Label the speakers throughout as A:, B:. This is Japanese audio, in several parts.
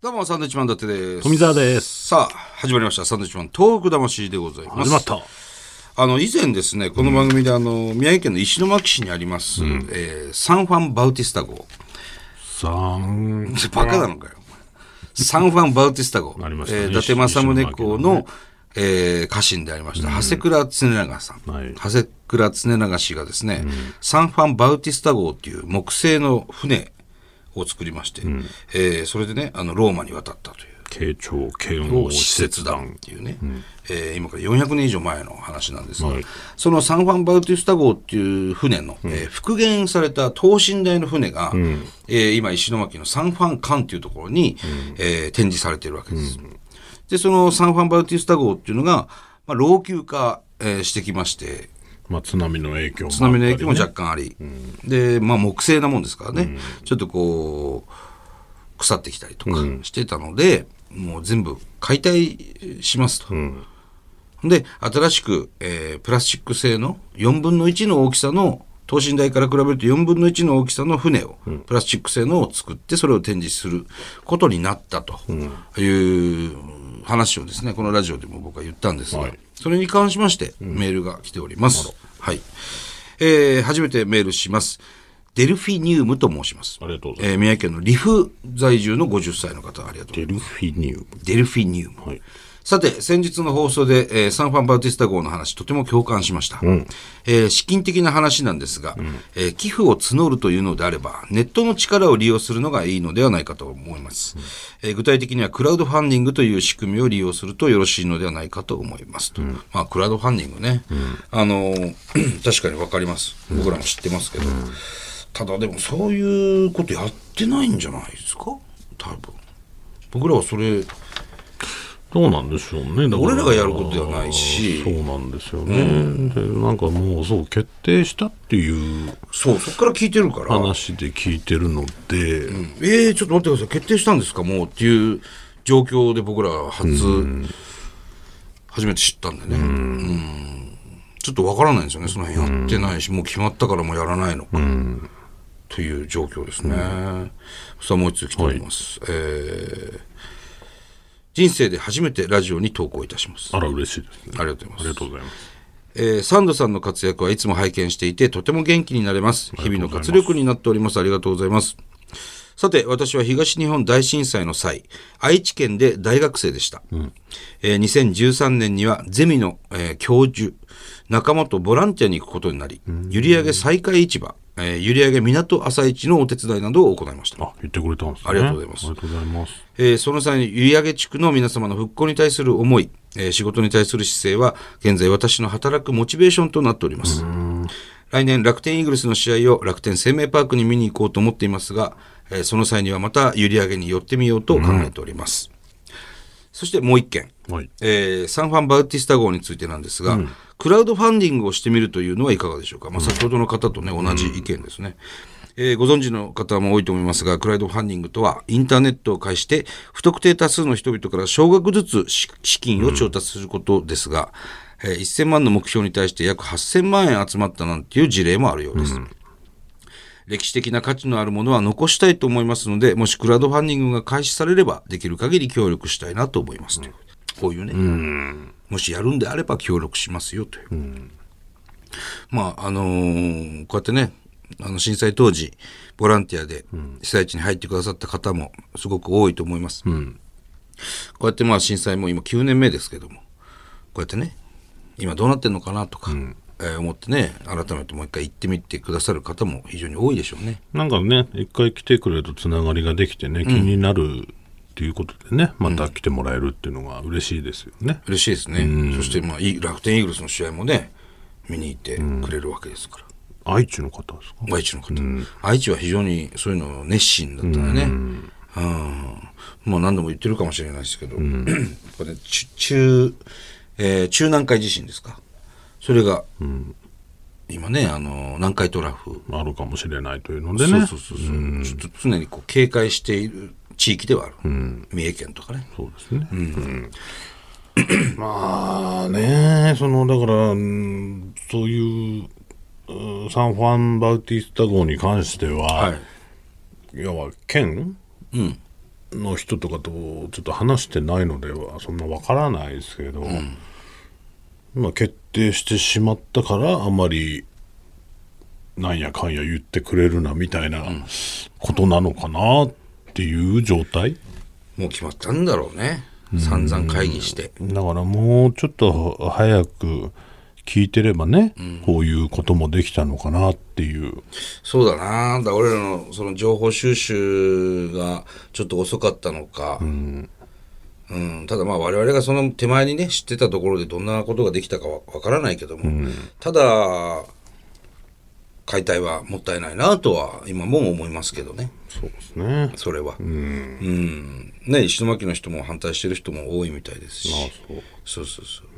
A: どうも、サンドウィッチマン伊達です。
B: 富澤です。
A: さあ、始まりました。サンドウィッチマン、東北魂でございます。
B: 始まった。
A: あの、以前ですね、この番組で、あの、宮城県の石巻市にあります、えーサンファン・バウティスタ号。
B: さん。
A: バカなのかよ。お前サンファン・バウティスタ号。
B: ありましたね
A: えー伊達政宗公の、えー家臣でありました、長谷倉常長さん。
B: はい
A: 長谷倉常長氏がですね、サンファン・バウティスタ号っていう木製の船を作りまして、えーそれでね、あの、ローマに渡ったという。
B: 慶長慶応
A: 施
B: 施
A: 設
B: 設
A: 団っ
B: 団。
A: ていうね、えー今から400年以上前の話なんですが、
B: はい
A: そのサンファン・バウティスタ号っていう船の、えー復元された等身大の船が、えー今石巻のサンファン館っていうところに、えー展示されているわけです。でそのサンファン・バウティスタ号っていうのが、まあ、老朽化、えーしてきまして
B: まあ、津波の影響もあったり
A: 津波
B: ね。
A: の影響も若干あり、で、まあ、木製なもんですからね、ちょっとこう腐ってきたりとかしてたので、もう全部解体しますと。
B: ん
A: で新しく、えープラスチック製の4分の1の大きさの等身大から比べると4分の1の大きさの船を、プラスチック製のを作ってそれを展示することになったという話をですねこのラジオでも僕は言ったんですが、
B: はい
A: それに関しましてメールが来ております。はいえー初めてメールします。デルフィニウムと申します
B: あ。りがとうござい
A: えー宮城県のリフ在住の50歳の方、ありがとうございます
B: ます。デルフィニウム。
A: デルフィニウム。
B: はい
A: さて、先日の放送で、えーサンファン・バウティスタ号の話、とても共感しました。えー資金的な話なんですが、えー寄付を募るというのであれば、ネットの力を利用するのがいいのではないかと思います。えー具体的には、クラウドファンディングという仕組みを利用するとよろしいのではないかと思いますと。まあ、クラウドファンディングね。あの ー確かにわかります。僕らも知ってますけど。ただ、でもそういうことやってないんじゃないですか多分。僕らはそれ、
B: どうなんでしょうね。だから
A: 俺らがやることではないし
B: そうなんですよね。で、なんかもう、そう、決定したっていう
A: そう、そこから聞いてるから、
B: 話で聞いてるので、
A: えー、ちょっと待ってください、決定したんですか、もうっていう状況で僕らは初、初めて知ったんでね、うんちょっとわからないんですよね、その辺やってないし、もう決まったからもうやらないのか、という状況ですね。さあ、もう一通来ております。えー人生で初めてラジオに投稿いたします。あ
B: あら、嬉しいです
A: り
B: ね。
A: がとうございま
B: あ
A: す
B: りが。とうございます。
A: えーサンドさんの活躍はいつも拝見していて、とても元気になれます。日々の活力になっております。ありがとうございます。さて、私は東日本大震災の際、愛知県で大学生でした。えー2013年にはゼミの、えー教授、仲間とボランティアに行くことになり、閖上再開市場、えー閖上港朝市のお手伝いなどを行いました。
B: あ、言ってくれたんですね。
A: ありがとうございます
B: ありがとうございます。
A: えーその際に閖上地区の皆様の復興に対する思い、えー仕事に対する姿勢は現在私の働くモチベーションとなっております来年楽天イーグルスの試合を楽天生命パークに見に行こうと思っていますが、えーその際にはまた閖上に寄ってみようと考えております、そしてもう一件、
B: はい。
A: えーサンファン・バウティスタ号についてなんですが、クラウドファンディングをしてみるというのはいかがでしょうか、まあ、先ほどの方と、ね同じ意見ですね、えーご存知の方も多いと思いますがクラウドファンディングとはインターネットを介して不特定多数の人々から少額ずつし資金を調達することですが、えー1000万の目標に対して約8000万円集まったなんていう事例もあるようです、歴史的な価値のあるものは残したいと思いますので、もしクラウドファンディングが開始されれば、できる限り協力したいなと思いますという。こういうね、もしやるんであれば協力しますよという。まあ、あのーこうやってね、あの震災当時、ボランティアで被災地に入ってくださった方もすごく多いと思います。こうやってまあ震災も今9年目ですけども、こうやってね、今どうなってんのかなとか、えー思ってね、改めてもう一回行ってみてくださる方も非常に多いでしょうね。
B: なんかね、一回来てくれるとつながりができてね、気になるっていうことでね、また来てもらえるっていうのが嬉しいですよね。
A: 嬉しいですね。そして、まあ、いい楽天イーグルスの試合もね、見に行ってくれるわけですから。
B: 愛知の方ですか
A: 愛知の方、愛知は非常にそういうの熱心だったよね、うんまあ何度も言ってるかもしれないですけど、 これち中、えー中南海地震ですかそれが、今ねあの南海トラフ、
B: あるかもしれないというので
A: そう
B: ね。
A: そうそうそう、ちょっと常にこう警戒している地域ではある、三重県とかね
B: そうですね。うんまあね、その、だから、うんそういう、うんサンファン・バウティスタ号に関しては、
A: はい
B: 要は県
A: うん
B: の人とかとちょっと話してないのではそんなわからないですけど、まあ決定してしまったからあまりなんやかんや言ってくれるなみたいなことなのかなっていう状態、
A: もう決まったんだろうね散々会議して
B: だからもうちょっと早く聞いてればね、こういうこともできたのかなっていう
A: そうだなだから俺らのその情報収集がちょっと遅かったのか、うんただまあ我々がその手前にね知ってたところでどんなことができたかわわからないけども、ただ解体はもったいないなとは今も思いますけどね
B: そうですね
A: それはうん、ね石巻の人も反対してる人も多いみたいですし
B: あそう
A: そうそう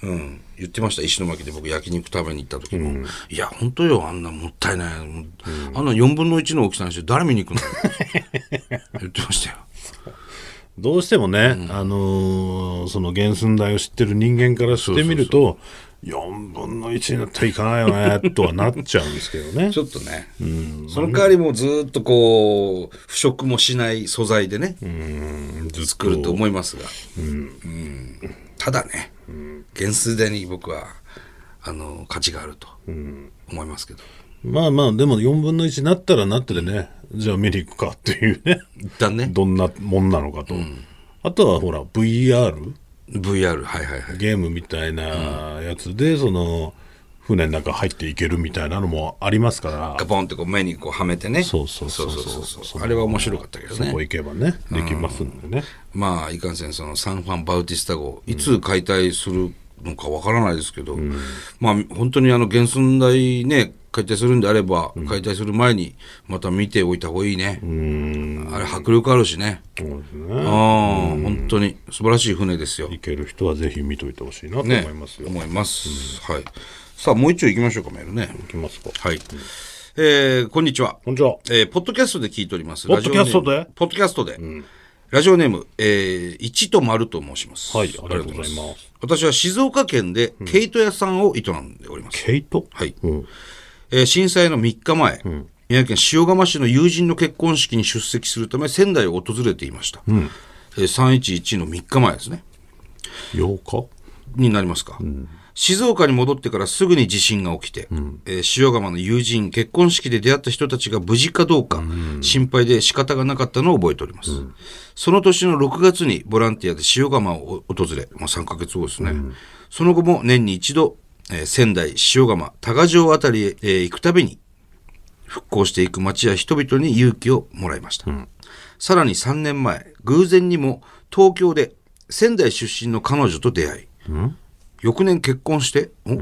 A: そう。うん。言ってました。石巻で僕焼肉食べに行った時も。いや、本当よ。あんなもったいない。もうあんな4分の1の大きさにして誰見に行くの 言ってましたよ。
B: どうしてもね、あのーその原寸大を知ってる人間からしてみると4分の1になってはいかないよねとはなっちゃうんですけどね
A: ちょっとね。その代わりもうずっとこう、腐食もしない素材でね、作ると思いますが。うんただね、原数でに僕は、あの、価値があると思いますけど。
B: まあまあでも4分の1になったらなってでねじゃあ見に行くかっていうね
A: 一旦ね、
B: どんなもんなのかと、あとはほら VR
A: VR、はいはいはい。
B: ゲームみたいなやつで、その船の中入っていけるみたいなのもありますから
A: ガポンってこう目にこうはめてね。
B: そうそうそう
A: そうそうそうあれは面白かったけど
B: そこ
A: ね。
B: 行けばねできますんでね、
A: まあ、いかんせん、そのサンファン・バウティスタ号、いつ解体するのかわからないですけど、まあ、本当にあの、原寸大ね、解体するんであれば、解体する前に、また見ておいた方がいいね。あれ、迫力あるしね。
B: そうですね
A: ああ、本当に、素晴らしい船ですよ。
B: 行ける人はぜひ見といてほしいなと思
A: ね、
B: いますよ。
A: 思いますはい。さあ、もう一丁行きましょうか、メールね。
B: 行きますか。
A: はい。えー、こんにちは。
B: こんにちは。
A: えーポッドキャストで聞いております。
B: ポッドキャストで
A: ラジオネームポッドキャストで。ラジオネーム、えー、一と丸と申します。
B: はい、ありがとうございます。
A: 私は静岡県で毛糸屋さんを営んでおります。
B: 毛糸
A: はい。
B: うん。
A: えー震災の3日前、宮城県塩釜市の友人の結婚式に出席するため仙台を訪れていました。えー311の3日前ですね。
B: 8
A: になりますか、静岡に戻ってからすぐに地震が起きて、えー塩釜の友人結婚式で出会った人たちが無事かどうか、心配で仕方がなかったのを覚えております、その年の6月にボランティアで塩釜を訪れ、まあ、3ヶ月後ですね、その後も年に一度、えー仙台塩釜多賀城あたりへ、えー行くたびに復興していく町や人々に勇気をもらいました、さらに3年前偶然にも東京で仙台出身の彼女と出会い、翌年結婚してお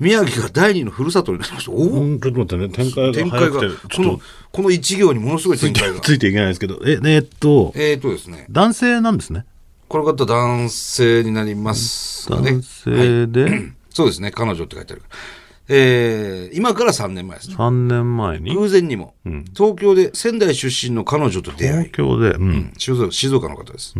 A: 宮城が第二のふるさとになりました
B: 日。う
A: お
B: ん、ちょっと待ってね、展開
A: 展
B: が
A: 開
B: 早
A: が
B: くて、ち
A: こ
B: ょっ
A: のこの一行にものすごい展開
B: と
A: が
B: ついていけないですけど、え、えっと、
A: えーとですね
B: 男性なんですね。
A: この方男性になりますかね
B: 男性で、
A: そうですね彼女って書いてあるからえー、今から3年前ですね
B: 3年前に、
A: 偶然にも、東京で仙台出身の彼女と出会い
B: 東京で、うん。
A: 静岡静岡の方です、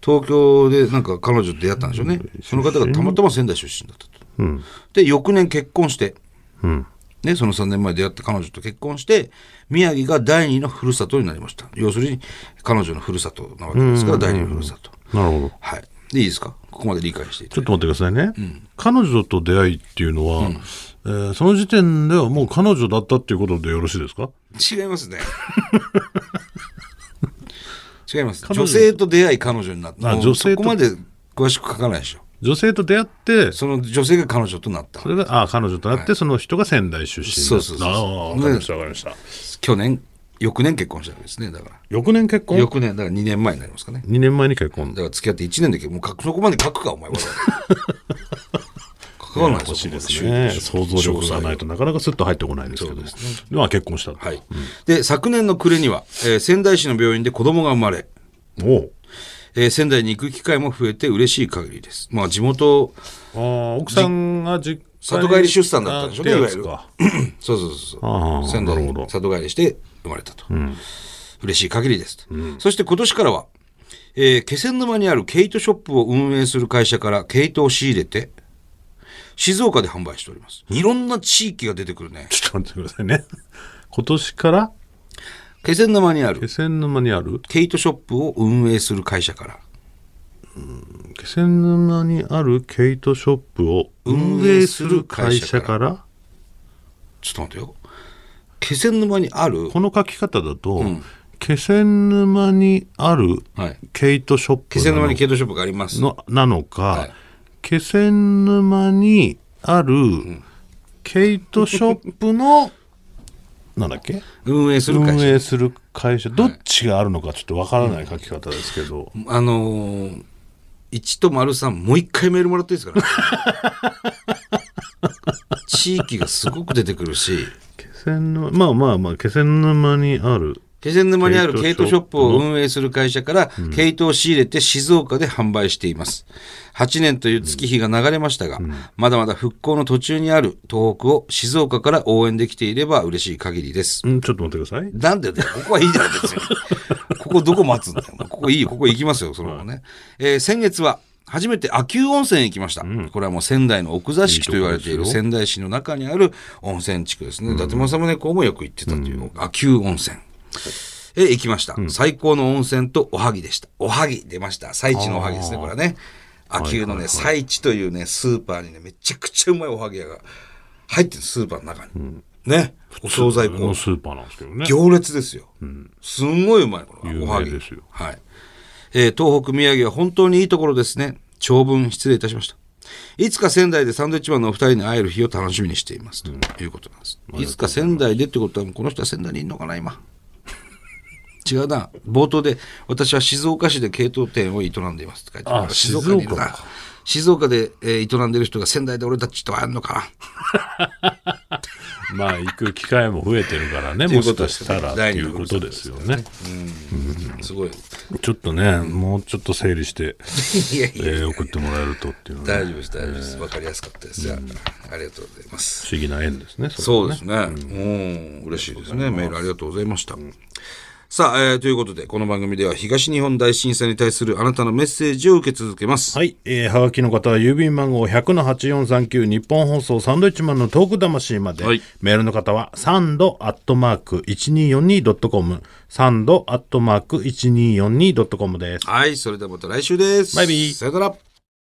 A: 東京でなんか彼女と出会ったんでしょうね、その方がたまたま仙台出身だったと、
B: うん。
A: で翌年結婚して、
B: うん。
A: ね、その3年前出会った彼女と結婚して宮城が第二のふるさとになりました要するに彼女のふるさとなわけですから第二のふるさと
B: なるほど。
A: はいでいいですかここまで理解していた
B: ちょ
A: だ
B: っ
A: いて
B: と待ってくださいね。彼女と出会いっていうのは、えーその時点ではもう彼女だったっていうことでよろしいですか
A: 違いますね 違います
B: 彼女
A: 女性と出会い彼女になった
B: あ
A: もう
B: 女性と
A: そこまで詳しく書かないでしょ
B: 女性と出会って、
A: その女性が彼女となった
B: それが、あ彼女となって、その人が仙台出身だった。
A: そうそうそう
B: ああ、わかりました、
A: ね
B: わかりました。
A: 去年翌年結婚したわけですねだから
B: 翌年結婚
A: 翌年だから2年前になりますかね
B: ?2 年前に結婚
A: だ。から付き合って1年だけどもう書くそこまで書くかお 前は書かない
B: 欲しいです
A: そこま
B: ね。
A: で
B: 想像力がないとなかなかスッと入ってこないですけど。でまあ結婚した。
A: はい、で昨年の暮れには、えー仙台市の病院で子供が生まれ、
B: おう
A: えー仙台に行く機会も増えて嬉しい限りですまあ地元
B: ああ奥さんが実家に
A: 里帰り出産だったんでしょうね
B: あってやつ
A: いわ
B: か
A: そうそうそう
B: あ
A: そう
B: ー
A: 仙台
B: な
A: に
B: るほど
A: 里帰りして生まれたと、嬉しい限りですと、そして今年からは、えー気仙沼にある毛糸ショップを運営する会社から毛糸を仕入れて静岡で販売しておりますいろんな地域が出てくるね
B: ちょっと待ってくださいね。今年から
A: 気仙沼にある
B: 気仙沼にある
A: 毛糸ショップを運営する会社から
B: 気仙沼にある毛糸ショップを運営する会社から
A: ちょっと待ってよ気仙沼にある
B: この書き方だと、
A: ん
B: 気仙沼にある
A: はい
B: 毛糸ショップ
A: 気
B: な
A: 仙
B: の
A: 沼に毛糸ショップがあります
B: のなのか、
A: はい
B: 気仙沼にある毛糸ショップの、なんだっけ
A: 運営する会
B: 運
A: 社
B: 営する会社どっちがあるのかちょっとわからない書き方ですけど、
A: あのー、1と丸さんもう一回メールもらっていいですか ね地域がすごく出てくるし
B: 気仙沼まあまあまあ気仙沼にある
A: 気仙沼にある毛糸ショップを運営する会社から毛糸を仕入れて静岡で販売しています。8年という月日が流れましたが、まだまだ復興の途中にある東北を静岡から応援できていれば嬉しい限りです。
B: んちょっと待ってください
A: なんでだよ、ここはいいだろ、別に。 ここどこ待つんだよ。ここいいよ、ここ行きますよ、そのままね。えー先月は、初めて秋保温泉へ行きました、これはもう仙台の奥座敷と言われている
B: いいとこです
A: 仙台市の中にある温泉地区ですね。伊達政宗公もよく行ってたという、秋保温泉。へ行きました、最高の温泉とおはぎでした。おはぎ出ました。最地のおはぎですね、これはね。秋保のね、最地というね、スーパーにね、めちゃくちゃうまいおはぎ屋が入ってる、スーパーの中に。ね。お惣菜コーナー
B: のスーパーなんですけどね
A: 行列ですよ、すんごいうまいこれ
B: 有名
A: おはぎ
B: ですよ
A: はいえー東北宮城は本当にいいところですね長文失礼いたしましたいつか仙台でサンドイッチマンのお二人に会える日を楽しみにしていますということなんです、いつか仙台でってことはもうこの人は仙台にいるのかな今違うな冒頭で私は静岡市で系統店を営んでいますって書いてる
B: あ
A: 静岡にいる
B: 静岡
A: な静岡で、えー営んでる人が仙台で俺たちと会えるのかな
B: まあ行く機会も増えてるからね
A: という
B: も
A: こ
B: し
A: と
B: か
A: です
B: し
A: ね
B: たらっていうことですよね
A: すごい
B: ちょっとねもうちょっと整 理して、
A: いやい
B: え
A: や
B: ー送ってもらえるとっていうのは
A: 大
B: ね
A: 丈夫です大丈夫です分かりやすかったです、じゃあありがとうございます
B: 不思議な縁ですねそれ
A: そうですねうん嬉しいですねメールありがとうございました、さあ、えーということでこの番組では東日本大震災に対するあなたのメッセージを受け続けます、
B: はい、えー、はがきの方は郵便番号100-8439日本放送サンドイッチマンのトーク魂まで、
A: はい
B: メールの方はサンドアットマーク 1242.com サンドアットマーク 1242.com です。
A: はい、それではまた来週です
B: バイビー
A: さよなら